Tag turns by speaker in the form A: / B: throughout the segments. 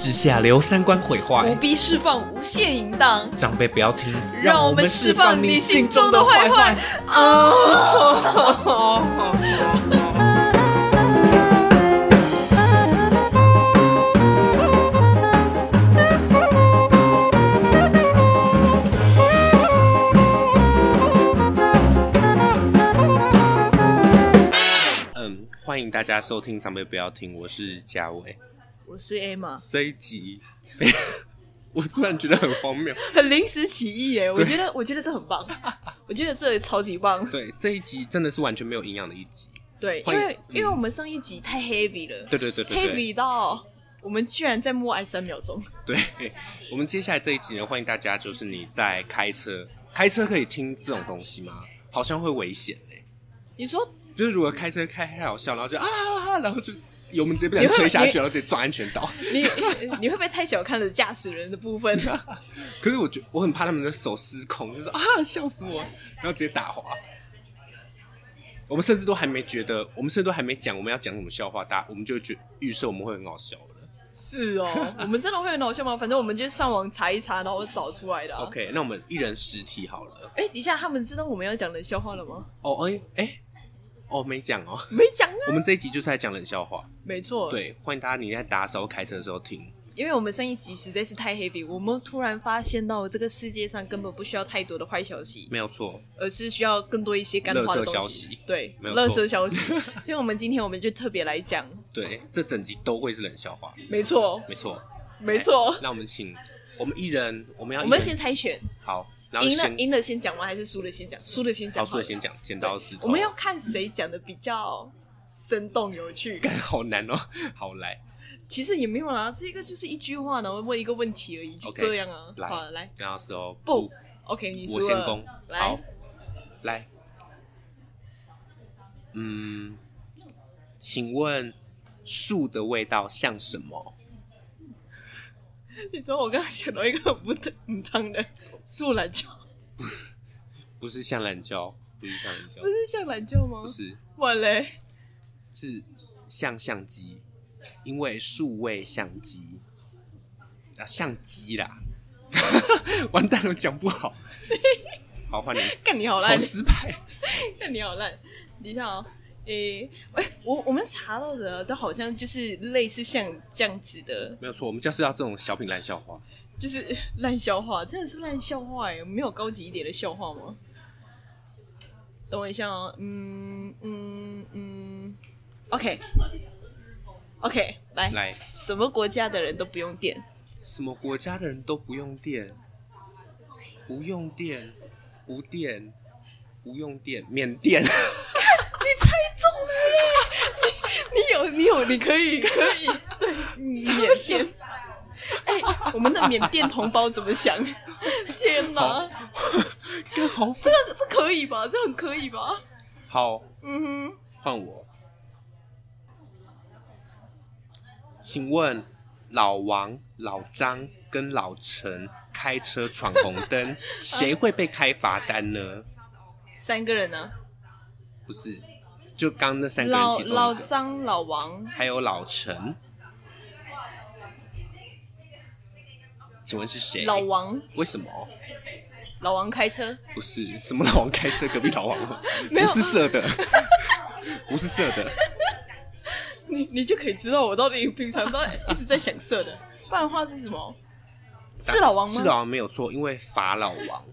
A: 之下留三观毁
B: 不
A: 坏。
B: 必释放无限淫荡，
A: 长辈不要听，
B: 让我们释放你心中的坏坏。
C: 嗯嗯，欢迎大家收听《长辈不要听》，我是嘉伟。
D: 我是 A 嘛，
C: 这一集， 我突然觉得很荒谬。
D: 很临时起意耶，我觉得我觉得这很棒，我觉得这超级棒。
C: 对，这一集真的是完全没有营养的一集。
D: 对，因
C: 欢迎
D: 为
C: 嗯
D: 因为我们上一集太 heavy 了
C: 对对对对对
D: ，heavy 到我们居然在默哀三秒钟。
C: 对，我们接下来这一集呢，欢迎大家就是你在开车， 开车可以听这种东西吗？好像会危险哎、
D: 你说
C: 就是如果开车开太好笑，然后就啊哈哈，然后就是油门直接不
D: 你
C: 想
D: 会
C: 吹下去，
D: 你
C: 然后直接撞安全岛。
D: 你你 会不会太小看了驾驶人的部 分？
C: 可是我觉我很怕他们的手失控，就是啊笑死我，然后直接打滑。我们甚至都还没觉得，我们甚至都还没讲我们要讲什么笑话，大家我们就觉预设我们会很好笑了。
D: 是哦，我们真的会很好笑吗？反正我们就上网查一查，然后找出来的啊、
C: OK，那我们一人十题好了。
D: 哎，等一下，他们知道我们要讲冷笑话了吗？
C: 哦，哎、哎、哦没讲哦，
D: 没讲啊，
C: 我们这一集就是在讲冷笑话。
D: 没错，，
C: 对，欢迎大家你在打扫开车的时候听。
D: 因为我们上一集实在是太 heavy，我们突然发现到这个世界上根本不需要太多的坏消息，
C: 没有错，
D: 而是需要更多一些干化
C: 垃
D: 的
C: 圾
D: 东
C: 消
D: 西
C: 息，
D: 对，
C: 没有错
D: 垃圾 消息。所以，我们今天我们就特别来讲，
C: 对，这整集都会是冷笑话。
D: 没错，
C: 没错，
D: 没错。
C: 那我们请我们一人，我们要
D: 我
C: 一
D: 们
C: 人
D: 先猜拳，
C: 好，然后
D: 赢了
C: 先
D: 赢了先讲吗？还是输了先讲？输了先讲
C: 好，
D: 好
C: 所
D: 了。
C: 以先讲剪刀石头。
D: 我们要看谁讲的比较生动 有趣。
C: 好难哦，好来
D: 其实也没有啦，这个就是一句话，然后问一个问题而已，就
C: OK，
D: 这样啊。
C: 来
D: 好，来
C: 剪刀石头
D: 不，OK，你输
C: 我
D: 了。
C: 先攻，好
D: 来，
C: 来，嗯，请问树的味道像什么？
D: 你知道我刚刚想到一个很不很汤的素懒觉，
C: 不是像懒觉，不是像懒觉
D: 不，是像懒觉吗
C: 不？是
D: 我嘞，
C: 是像相机，因为数位相机啊，相机啦， 完蛋了，我讲不 好。好，换你，
D: 干你好
C: 好
D: 烂，
C: 失败。
D: 看你好烂，等一下哦。诶、喂、我我们查到的都好像就是类似像这样子的，
C: 没有错，我们就是要这种小品烂笑话。
D: 就是烂笑话，真的是烂笑话哎，没有高级一点的笑话吗？等我一下哦，嗯嗯嗯，OK OK，来
C: 来
D: 什么国家的人都不用电，
C: 什么国家的人都不用电，不用电，不电，不用电，缅甸。
D: 你有你有你可以可以，对缅甸，哎、我们的缅甸同胞怎么想？天哪！
C: 刚好
D: 这个这可以吧？这很可以吧？
C: 好，
D: 嗯哼，
C: 换我。请问老王、老张跟老陈开车闯红灯，谁会被开罚单呢？
D: 三个人啊呢、
C: 不是，就刚那三个人
D: 老
C: 其中
D: 老
C: 一个，
D: 张、老王，
C: 还有老陈。请问是谁？
D: 老王，
C: 为什么？
D: 老王开车，
C: 不是什么老王开车，隔壁老王吗
D: 没有
C: 不是色的， 不是色的。
D: 你你就可以知道我到底平常都一直在想色的，不然的话是什么？是老王吗？
C: 是老王没有错，因为法老 王。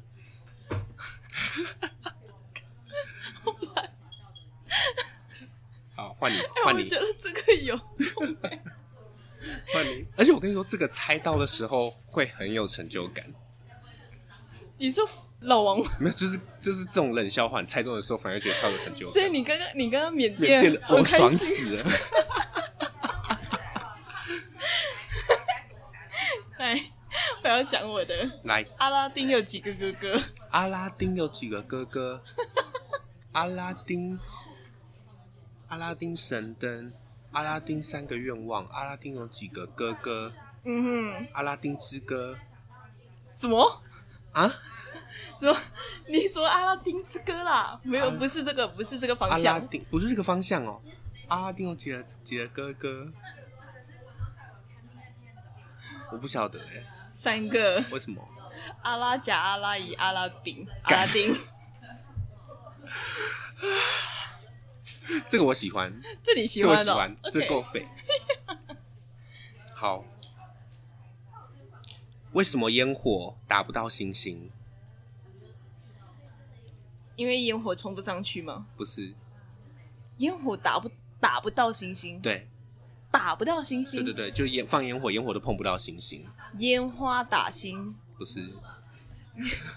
C: 好，换你，
D: 哎，
C: 换
D: 我
C: 你
D: 觉，得这个有，
C: 换你。而且我跟你说，这个猜到的时候会很有成就感。
D: 你说老王吗，
C: 没有，就是就是这种冷笑话，你猜中的时候反而觉得超有成就感。
D: 所以你刚刚你刚刚缅
C: 缅甸
D: 甸
C: 的，
D: 很
C: 我
D: 开
C: 爽
D: 心，
C: 死了。
D: 来，我哎要讲我的。
C: 来，
D: 阿拉丁有几个哥哥？
C: 阿拉丁有几个哥 哥？阿拉丁，阿拉丁神灯，阿拉丁三个愿望，阿拉丁有几个哥哥？
D: 嗯
C: 阿拉丁之歌
D: 哼，什么？
C: 啊，
D: 什么？你说阿拉丁之歌啦？没有，
C: 啊
D: 不是这个，不是这个
C: 阿
D: 方
C: 拉
D: 向。
C: 丁不是这个方向哦。阿拉丁有几个几个哥哥？我不晓得哎、
D: 三个
C: 为什么？
D: 阿拉甲、阿拉乙、阿拉丙、阿拉 丁，
C: 这个我喜欢，
D: 这你喜
C: 这我
D: 欢
C: 喜
D: 哦
C: 欢，这
D: OK
C: 够 肥。好，为什么烟火打不到星星？
D: 因为烟火冲不上去吗？
C: 不是，
D: 烟火打不打不到星星，，
C: 对
D: 打不到
C: 对
D: 星星，
C: 对对，就烟放烟火，烟火都碰不到星星，
D: 烟花打星，
C: 不是，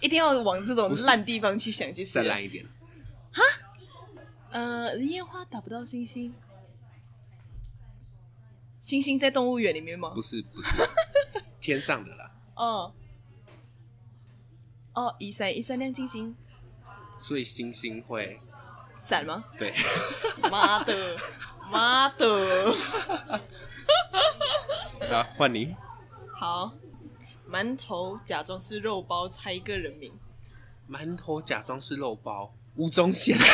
D: 一定要往这种
C: 不是
D: 烂地方去想，
C: 再
D: 就是了。
C: 烂一点，
D: 呃，烟花打不到星星，星星在动物园里面吗
C: 不？是不是， 天上的啦，
D: 哦，哦，一闪一闪亮晶晶，
C: 所以星星会
D: 闪吗？
C: 对，
D: 妈的，妈的，
C: 那换你，
D: 好，馒头假装是肉包，猜一个人名。
C: 馒头假装是肉包，吴宗 宪，
D: 啊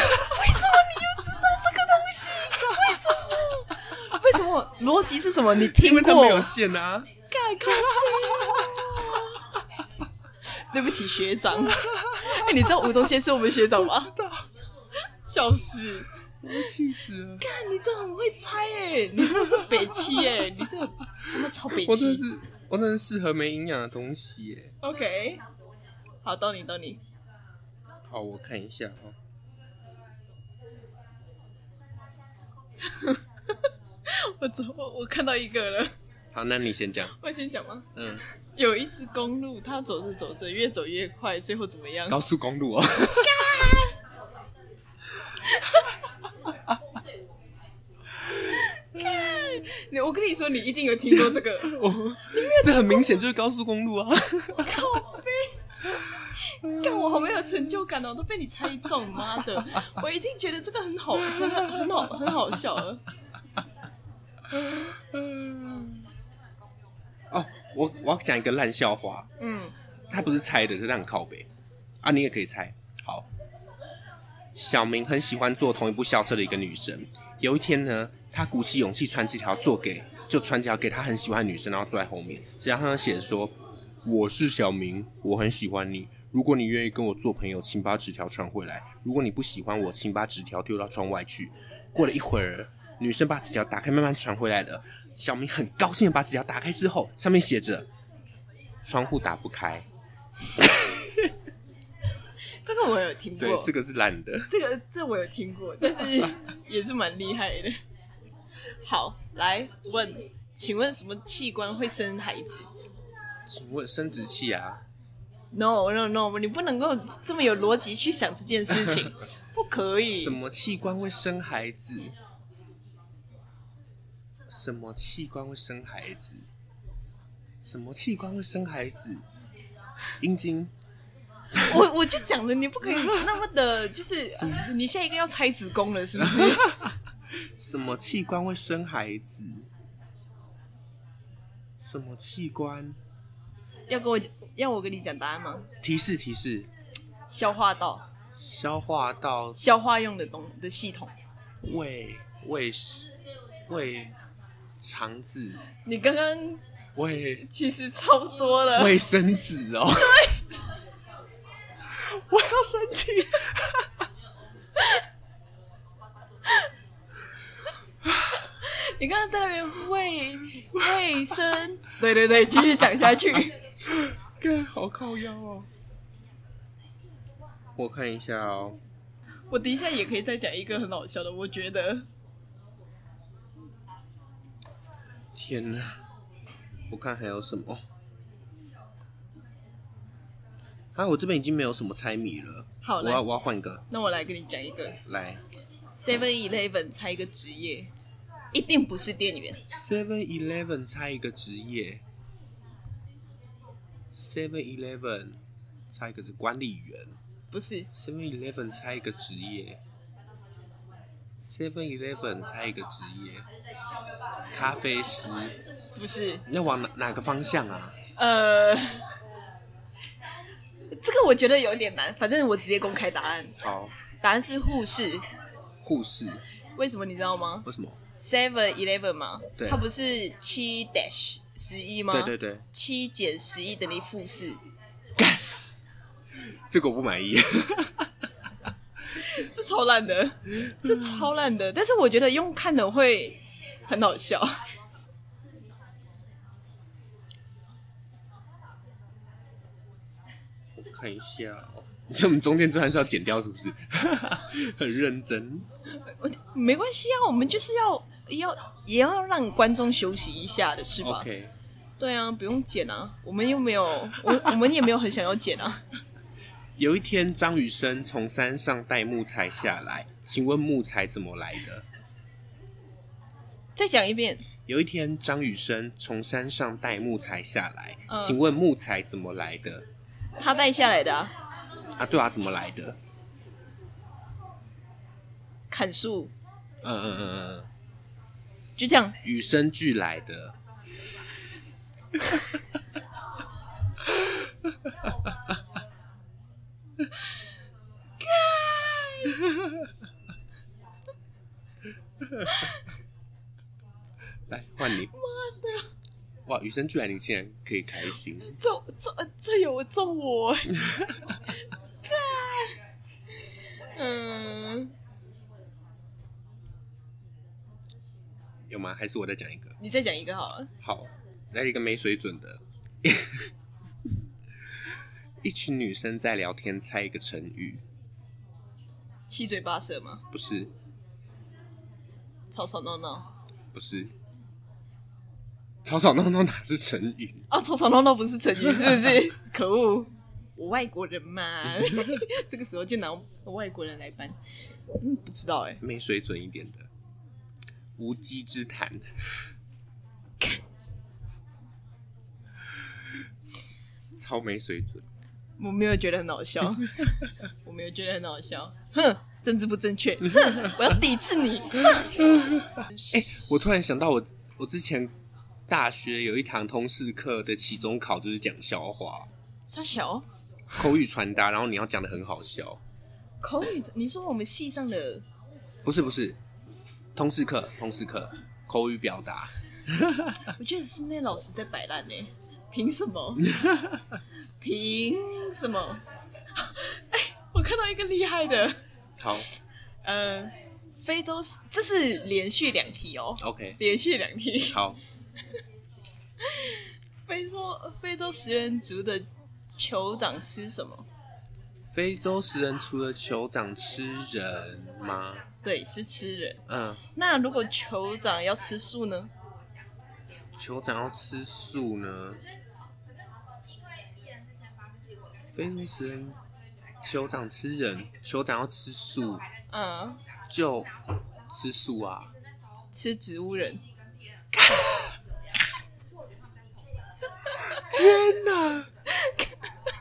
D: 为什么逻辑是什 么？你
C: 因
D: 听
C: 为他
D: 过
C: 没？有线啊，
D: 盖扣。 对不起，学长。 哎、你知道吴宗宪是我们学长吗？知道。 笑死！
C: 我气死了，
D: 看你真的很会猜哎、你真的是北七哎、你这个他妈超北
C: 我真的
D: 七。
C: 是我真的是适合没营养的东西耶。
D: OK，好，到你到你。
C: 好，我看一下哦。
D: 我走，我我看到一个了，
C: 好，那你先讲。
D: 我先讲吗？
C: 嗯，
D: 有一只公路，它走着走着越走越快，最后怎么样？
C: 高速公路哦。
D: 你我跟你说，你一定有听过这个。
C: 哦，这很明显就是高速公路啊！
D: 干我好没有成就感哦，都被你猜中，妈 的！我已经觉得这个很好，很好，很好，很好笑了。
C: 哦，我我要讲一个烂笑话，
D: 嗯，
C: 他不是猜的，可是他很靠北啊，你也可以猜。好，小明很喜欢坐同一部校车的一个女生。有一天呢，他鼓起勇气穿这条做给就穿这条给他很喜欢的女生，然后坐在后面，只要他写着说：“我是小明，我很喜欢你。如果你愿意跟我做朋友，请把纸条传回来；如果你不喜欢我，请把纸条丢到窗外去。”过了一会儿，女生把纸条打开，慢慢传回来了。小明很高兴的把纸条打开之后，上面写着：“窗户打不开。”
D: 这个我有听过，
C: 对，这个是烂的。
D: 这个这我有听过，但是也是蛮厉害的。好，来问，请问什么器官会生孩子
C: 请问生殖器啊？
D: ？No No No，你不能够这么有逻辑去想这件事 情，不可以
C: 什。么器官会生孩子？什么器官会生孩子？什么器官会生孩子？阴茎？
D: 我我就讲了，你不可以那么的，就是你下一个要拆子宫了，是 不是？
C: 什么器官会生孩子？什么器官？
D: 要跟我讲要我跟你讲答案吗？
C: 提示提示，
D: 消化道。
C: 消化道、
D: 消化用的东的系统。
C: 胃、胃、胃、肠子、
D: 你刚刚
C: 胃、
D: 其实差不 多了，
C: 卫生纸哦。我要生气。
D: 你刚刚在那边卫卫生， 对对对，继续讲下去。
C: 干好靠腰哦。我看一下哦，
D: 我等一下也可以再讲一个很好笑的，我觉得
C: 天哪！我看还有什么？啊，我这边已经没有什么猜谜了。
D: 好
C: 我要
D: 来，
C: 我要换一个
D: 那我来跟你讲一个
C: 来。
D: Seven Eleven 猜一个职业，一定不是店员，
C: Seven Eleven 猜一个职业。Seven Eleven 猜一个职管理员。
D: 不是
C: Seven Eleven 猜一个职业，Seven Eleven 猜一个职业，咖啡师。
D: 不是，
C: 那往哪哪个方向啊？
D: 呃，这个我觉得有点难，反正我直接公开答案，
C: 好，
D: 答案是护士。
C: 护士。
D: 为什么你知道吗？
C: 为什么？
D: Seven Eleven 嘛
C: 对，
D: 它不是七 dash 十一吗？
C: 对对对，
D: 七减十一等于负四，
C: 这个我不满意。
D: 这超烂的，这超烂的。但是我觉得用看的会很好笑。
C: 我看一下、哦，你看我们中间这段是要剪掉是不 是？很认真。
D: 没关系啊，我们就是要要也要让观众休息一下的是吧
C: OK，
D: 对啊，不用剪啊，我们又没有，我我们也没有很想要剪啊。
C: 有一天张雨生从山上带木材下来，请问木材怎么来的？
D: 再讲一遍，
C: 有一天张雨生从山上带木材下来，
D: 嗯
C: 请问木材怎么来的？
D: 他带下来的啊，
C: 啊，对啊，怎么来的？
D: 砍树，
C: 嗯嗯嗯嗯嗯，
D: 就这样。
C: 与生俱来的。 来换你，哇，与生俱来，你竟然可以开心，
D: 这这这有中我，看，嗯，
C: 有吗？还是我再讲一个？
D: 你再讲一个好了。
C: 好，来一个没水准的。 一群女生在聊天，猜一个成语，
D: 七嘴八舌吗？
C: 不是，
D: 吵吵闹闹
C: 不是，吵吵闹闹哪是成语？
D: 啊，吵吵闹闹不是成 语是不是？可恶，我外国人嘛， 这个时候就拿外国人来搬，嗯，不知道哎、
C: 没水准一点的，无稽之谈。超没水准，
D: 我没有觉得很好 笑，我没有觉得很好笑，哼，政治不正 确，哼，我要抵制 你，
C: 哎
D: 哎
C: 我突然想到我，我之前大学有一堂通识课的期中考就是讲笑话，
D: 沙小
C: 口语传达，然后你要讲的很好笑。
D: 口语，你说我们系上的
C: 不是不是，通识课，通识课，口语表达。
D: 我觉得是那老师在摆烂呢，凭什 么？凭什么？ 哎，我看到一个厉害的，
C: 好
D: 呃，非洲狮，这是连续两题哦，
C: ，OK，
D: 连续两题。
C: 好，
D: 非洲非洲食人族的酋长吃什么？
C: 非洲食人除了酋长吃人吗？
D: 对，是吃人。
C: 嗯，
D: 那如果酋长要吃素呢？
C: 酋长要吃素呢？非洲食人，酋长吃人，酋长要吃素
D: 嗯，
C: 就吃素啊。
D: 吃植物人。
C: 天哪，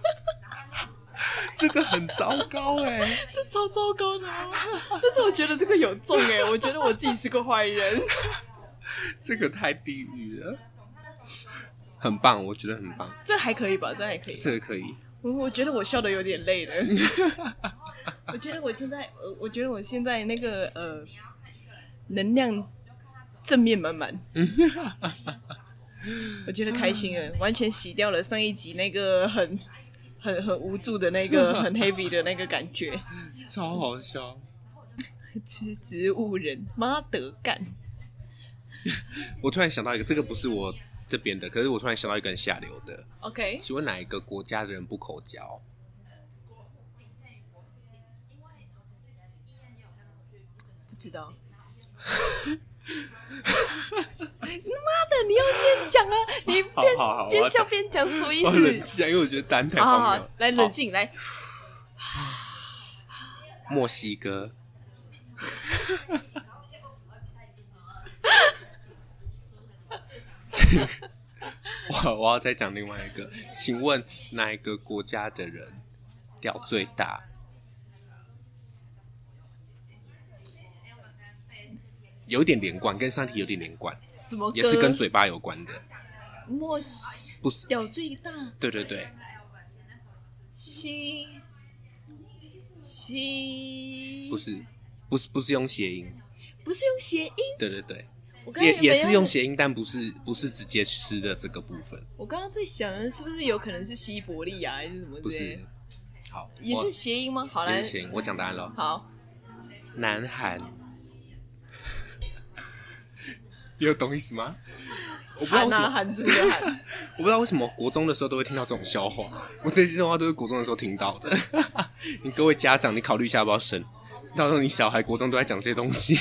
C: 这个很糟糕哎、
D: 这超糟糕的哦、 但是我觉得这个有中哎、我觉得我自己是个坏人。
C: 这个太地狱了。很棒，我觉得很棒，
D: 这还可以吧？这还可以。
C: 这个可以。
D: 我我觉得我笑的有点 累了，我觉得我现在，呃我觉得我现在那个呃，能量正面 满满，我觉得开心了，完全洗掉了上一集那个很很很无助的那个很 heavy 的那个感觉。
C: 超好笑。
D: 吃植物人，妈的干！
C: 我突然想到一个，这个不是我这边的，可是我突然想到一个很下流的。
D: OK，
C: 请问哪一个国家的人不口交？
D: 不 知道。妈的，你要先讲啊！你边
C: 好好好我
D: 边
C: 要
D: 笑边讲什么意
C: 我哦冷
D: 思？
C: 静，因为我觉得答 案太荒
D: 啊
C: 谬了。，
D: 来冷静，来，
C: 好。哦墨西哥，我我要再讲另外一个，请问哪一个国家的人屌最大？有点连贯，跟上一题有点连贯，
D: 什么歌？
C: 也是跟嘴巴有关的。
D: 莫西
C: 不是
D: 屌最大，
C: 对对对，
D: 西西
C: 不是，不是，不是用谐音。
D: 不是用谐音，
C: 对对对，
D: 我刚
C: 也
D: 原本
C: 也
D: 要
C: 是用谐音，但不是不是直接吃的这个部分，
D: 我刚刚在想，是不是有可能是西伯利亚还是什么
C: 不
D: 之类
C: 是
D: 的？。
C: 好，
D: 也
C: 我
D: 是谐音吗？好
C: 也
D: 来
C: 是，谐音。我讲答案了，
D: 好，
C: 南韩。 你有懂意思吗？我不知道为
D: 喊
C: 什
D: 啊
C: 么，
D: 喊住就 喊，
C: 我不知道为什么国中的时候都会听到这种笑话，我这些笑话都是国中的时候听到的。 你各位家长，你考虑一下要不要生？到时候你小孩国中都在讲这些东西。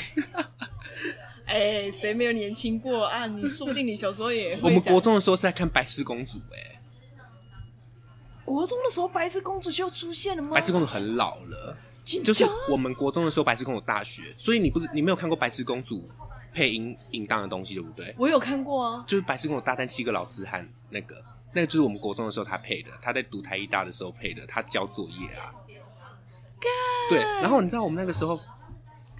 D: 哎，谁没有年轻过啊？你说不定你小时候也会
C: 我们
D: 讲
C: 国中的时候是在看《白雪公主、欸》
D: 国中的时候，白痴公主就要出现了吗？
C: 白雪公主很老了，
D: 紧
C: 就是
D: 张
C: 我们国中的时候，白雪公主大学，所以你不是你没有看过白雪公主配音淫荡的东西，对不对？
D: 我有看过啊，
C: 就是白雪公主大战七个老师和那个那个就是我们国中的时候她配的，她在读台一大的时候配的，她交作业啊。对，然后你知道我们那个时候，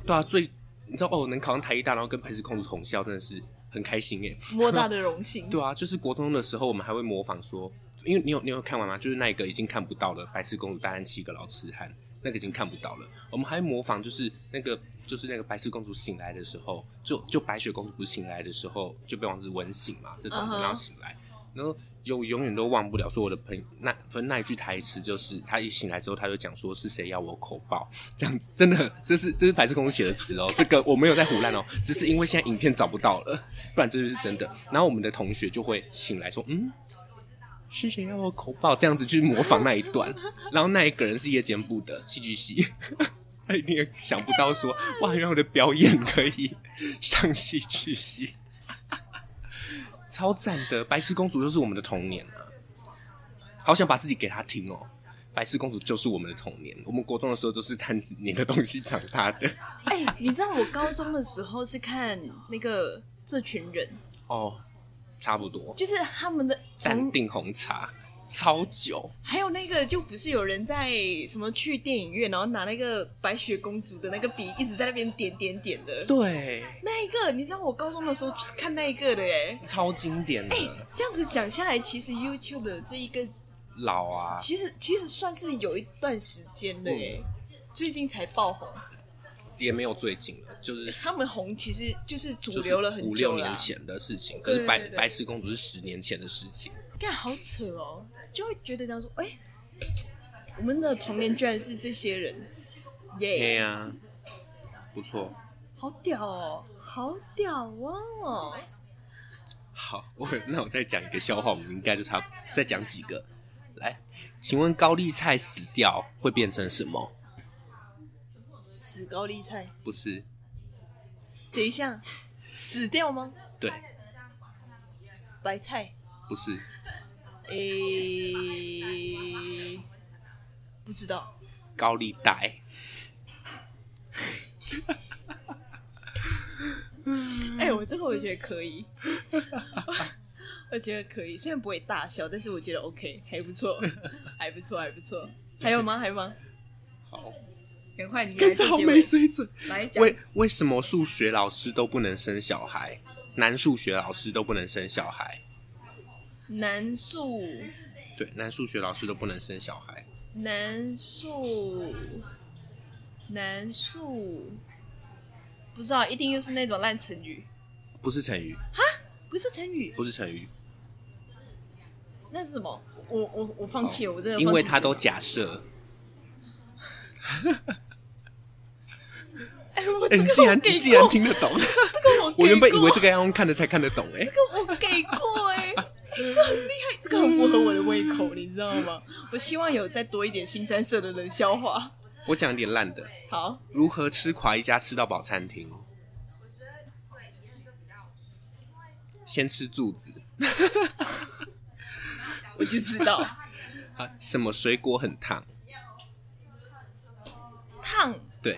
C: 对啊，最你知道哦，能考上台一大，然后跟白雪公主同校，真的是很开心耶、
D: 莫大的荣幸。
C: 对啊，就是国中的时候，我们还会模仿说，因为你有你有看完吗？就是那个已经看不到了，《白雪公主大战七个老痴汉》，那个已经看不到了。我们还模仿，就是那个就是那个白雪公主醒来的时候，就就白雪公主不是醒来的时候就被王子吻醒嘛，这种的
D: 嗯哼
C: 然后醒来，然后永永远都忘不了。说我的朋友那分那一句台词就是，他一醒来之后，他就讲说是谁要我口爆这样子，真的，这是这是白雪公主写的词哦，这个我没有在胡乱哦，只是因为现在影片找不到了，不然这就是真的。然后我们的同学就会醒来说，嗯。是谁让我口爆？这样子去模仿那一段，然后那一个人是夜间部的戏剧系，他一定也想不到说，哇，原来我的表演可以上戏剧系，超赞的！白雪公主就是我们的童年啊，好想把自己给她听哦。白雪公主就是我们的童年，我们国中的时候都是看你的东西长大的。
D: 哎、你知道我高中的时候是看那个这群人，
C: 哦，差不多，
D: 就是他们的
C: 淡
D: 从
C: 定红茶超久，
D: 还有那个就不是有人在什么去电影院，然后拿那个白雪公主的那个笔一直在那边点点点的。
C: 对，
D: 那一个，你知道我高中的时候就是看那一个的哎。
C: 超经典的、
D: 这样子讲下来，其实 YouTube 的这一个，
C: 老啊，
D: 其实其实算是有一段时间的哎，
C: 嗯
D: 最近才爆红。
C: 也没有最近了，就是
D: 他们红其实就是主
C: 就是
D: 流了很
C: 五
D: 久
C: 六
D: 了啊、
C: 年前的事情，可
D: 对
C: 是白
D: 对对
C: 白雪公主是十年前的事情。
D: 干好扯哦，就会觉得这样说，哎、我们的童年居然是这些人，
C: 对
D: 耶、
C: 呀、不错。
D: 好屌哦，好屌哦！
C: 好，我那我再讲一个笑话，我们应该就差不再讲几个。来，请问高丽菜死掉会变成什么？
D: 死高丽菜，
C: 不是，
D: 等一下，死掉吗？
C: 对，
D: 白菜，
C: 不是，
D: 诶、不知道，
C: 高利贷。
D: 哎、我这个我觉得可以。 我觉得可以，虽然不会大笑，但是我觉得 OK，还不错，还不错，还不错。还有吗？还有吗？
C: 好，
D: 赶快你来
C: 跟
D: 做
C: 超
D: 结
C: 没
D: 尾，
C: 水准。
D: 来讲。
C: 为为什么数学老师都不能生小孩？男数学老师都不能生小孩？
D: 男数
C: 对，男数学老师都不能生小孩。
D: 男数男数，不知道，一定又是那种烂成语，
C: 不是成语，
D: 不是成语，
C: 不是成语，
D: 那是什么？我我我放弃了，我真的
C: 哦因
D: 放
C: 为
D: 弃
C: 他都
D: 死了
C: 假设。
D: 哎，我
C: 哎、
D: 这
C: 你
D: 个
C: 竟
D: 我
C: 然
D: 给
C: 你
D: 过，
C: 竟然听得懂？
D: 这个我
C: 我原本以为这
D: 个
C: 个要用看的才看得懂哎、
D: 这个我给过哎、哎这很厉害，这个很符合我的胃口，你知道吗？我希望有再多一点新三色的冷笑话。
C: 我讲点烂的，
D: 好，
C: 如何吃垮一家吃到饱餐厅？先吃柱子
D: 我就知道
C: 啊，什么水果很烫？
D: 烫，
C: 对，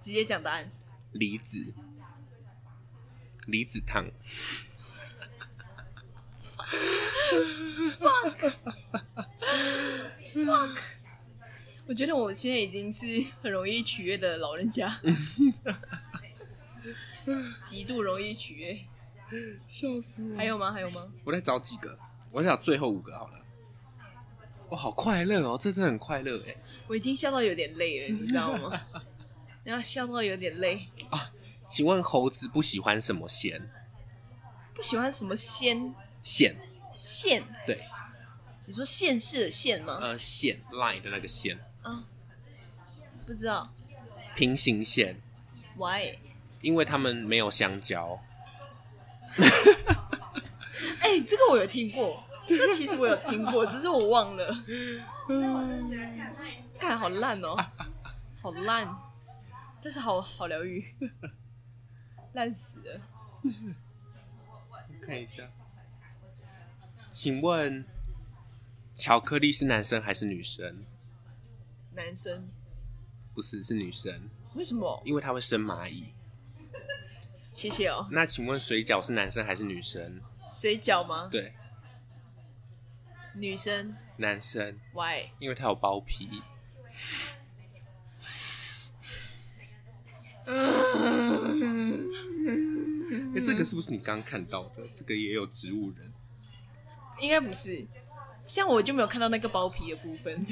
D: 直接讲答案。
C: 梨子，梨子烫。
D: 我觉得我现在已经是很容易取悦的老人 家，极度容易取悦。
C: 笑死我！
D: 还有吗？还有吗？
C: 我再找几个，我再找最后五个好了。我好快乐哦，这真的很快乐哎！
D: 我已经笑到有点累了，你知道吗？然后笑到有点累，
C: 请问猴子不喜欢什么咸？
D: 不喜欢什么鲜
C: 馅，
D: 线？
C: 对，
D: 你说县市的县吗？
C: 呃，馅 line 的那个馅，
D: 啊，不知道
C: 平行线，
D: ，why？
C: 因为他们没有香蕉。
D: 哎、这个我有听过，这其实我有听过，只是我忘了。嗯 看，好烂哦、好烂，但是好好疗愈， 烂死了。
C: 看一下，请问巧克力是男生还是女生？
D: 男生
C: 不是，是女生，
D: 为什么？
C: 因为它会生蚂蚁。
D: 谢谢哦、
C: 那请问水饺是男生还是女生？
D: 水饺吗？
C: 对，
D: 女生
C: 男生，
D: why？
C: 因为它有包皮。哎、这个是不是你刚看到的？这个也有植物人。
D: 应该不是，像我就没有看到那个包皮的部 分。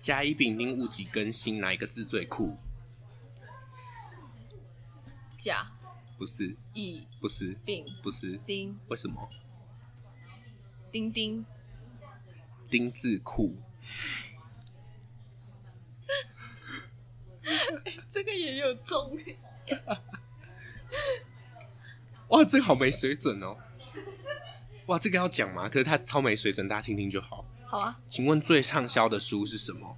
C: 甲乙丙丁戊己庚辛哪一个字最酷？
D: 甲、
C: 不是，
D: 乙、
C: 不是，
D: 丙、
C: 不是，
D: 丁、
C: 为什么？
D: 丁丁，
C: 丁字裤，
D: 这个也有中。
C: 哇，这个好没水准哦。哇，这个要讲吗？可是它超没水准，大家听听就好。
D: 好啊，
C: 请问最畅销的书是什么？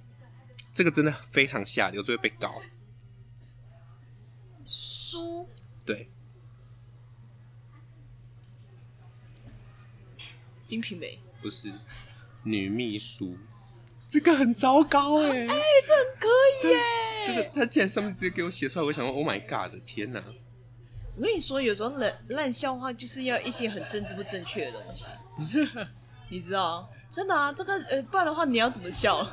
C: 这个真的非常下流，就会被告。
D: 书
C: 对，
D: 《金瓶梅
C: 不是女秘书，这个很糟糕哎、》
D: 可以耶。
C: 这个他竟然上面直接给我写出来，我想说，Oh my God！天哪，
D: 我跟你说，有时候烂烂笑话就是要一些很政治不正确 的东西，你知道？真的啊，这个呃，不然的话你要怎 么笑？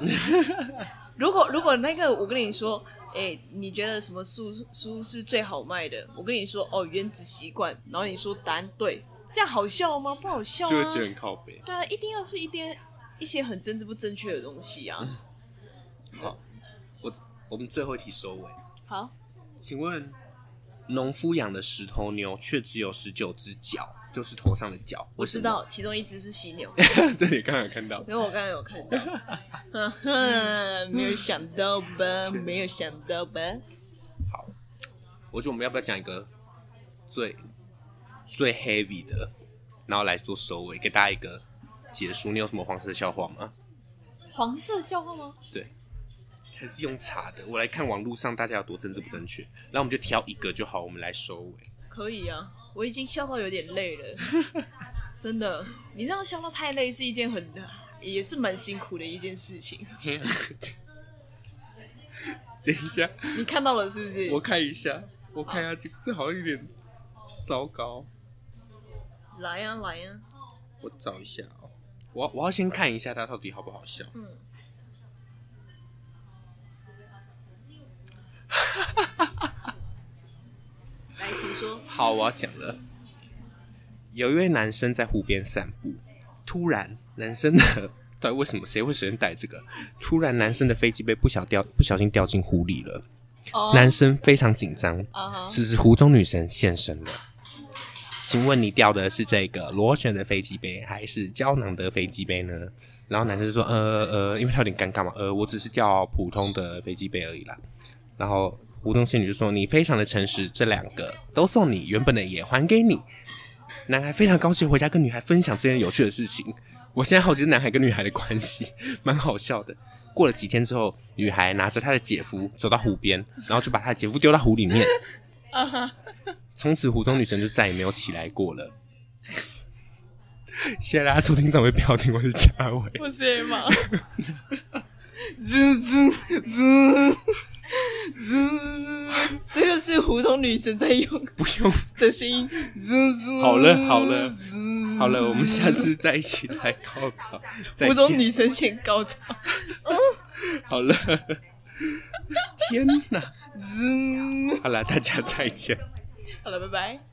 D: 如果如果那个我跟你说，哎、你觉得什么书书是最好卖的？我跟你说，哦，《原子习惯》，然后你说答案对，这样好笑吗？不好笑
C: 就
D: 啊！
C: 会觉得很靠北。
D: 对啊，一定要是一点一些很政治不正确的东西
C: 嗯
D: 啊。
C: 好，我我们最后一题收尾。
D: 好，
C: 请问，农夫养的十头牛却只有十九只脚，就是头上的角。
D: 我
C: 为什
D: 知
C: 么，
D: 道其中一只是犀牛，
C: 这里刚刚有看到。
D: 因为我刚刚有看到，哈哈，没有想到吧？没有想到吧？
C: 好，我觉得我们要不要讲一个最最 heavy 的，然后来做收尾，给大家一个结束。你有什么黄色笑话吗？
D: 黄色笑话吗？
C: 对，还是用查的。我来看网络上大家有多政治不正确，然后我们就挑一个就好，我们来收尾。
D: 可以啊，我已经笑到有点累 了，真的。你这样笑到太累是一件很也是蛮辛苦的一件事情。
C: 等一下，
D: 你看到了是不是？
C: 我看一下，我看一下这这好像有点糟糕。
D: 来呀、来啊呀、
C: 我找一下哦，我我要先看一下它到底好不好笑。
D: 嗯，来，请说。
C: 好，我要讲了。有一位男生在湖边散步，突然男生的 对为什么谁会随身带这个？突然男生的飞机杯不小掉不小心掉进湖里了，
D: 哦
C: 男生非常紧张。
D: 啊哈，
C: 此时湖中女神现身了。请问你掉的是这个螺旋的飞机杯，还是胶囊的飞机杯呢？然后男生就说：“呃呃，因为他有点尴尬嘛，呃，我只是掉普通的飞机杯而已啦。”然后湖中仙女就说：“你非常的诚实，这两个都送你，原本的也还给你。”男孩非常高兴回家跟女孩分享这件有趣的事情。我现在好奇男孩跟女孩的关系， 蛮好笑的。过了几天之后，女孩拿着她的姐夫走到湖边，然后就把她的姐夫丢到湖里 面。
D: 啊哈，
C: 从此湖中女神就再也没有起来过了。谢谢大家收听这位标题，我是嘉伟。
D: 不是吗？ 滋滋滋滋，这个是胡同女神在用
C: 不用，
D: 的声音。滋滋，
C: 好了好了好了，我们下次再一起来高潮。再
D: 湖中
C: 见
D: 女神先高潮，
C: 好了，天哪！好了，大家再见。
D: 好了，拜拜。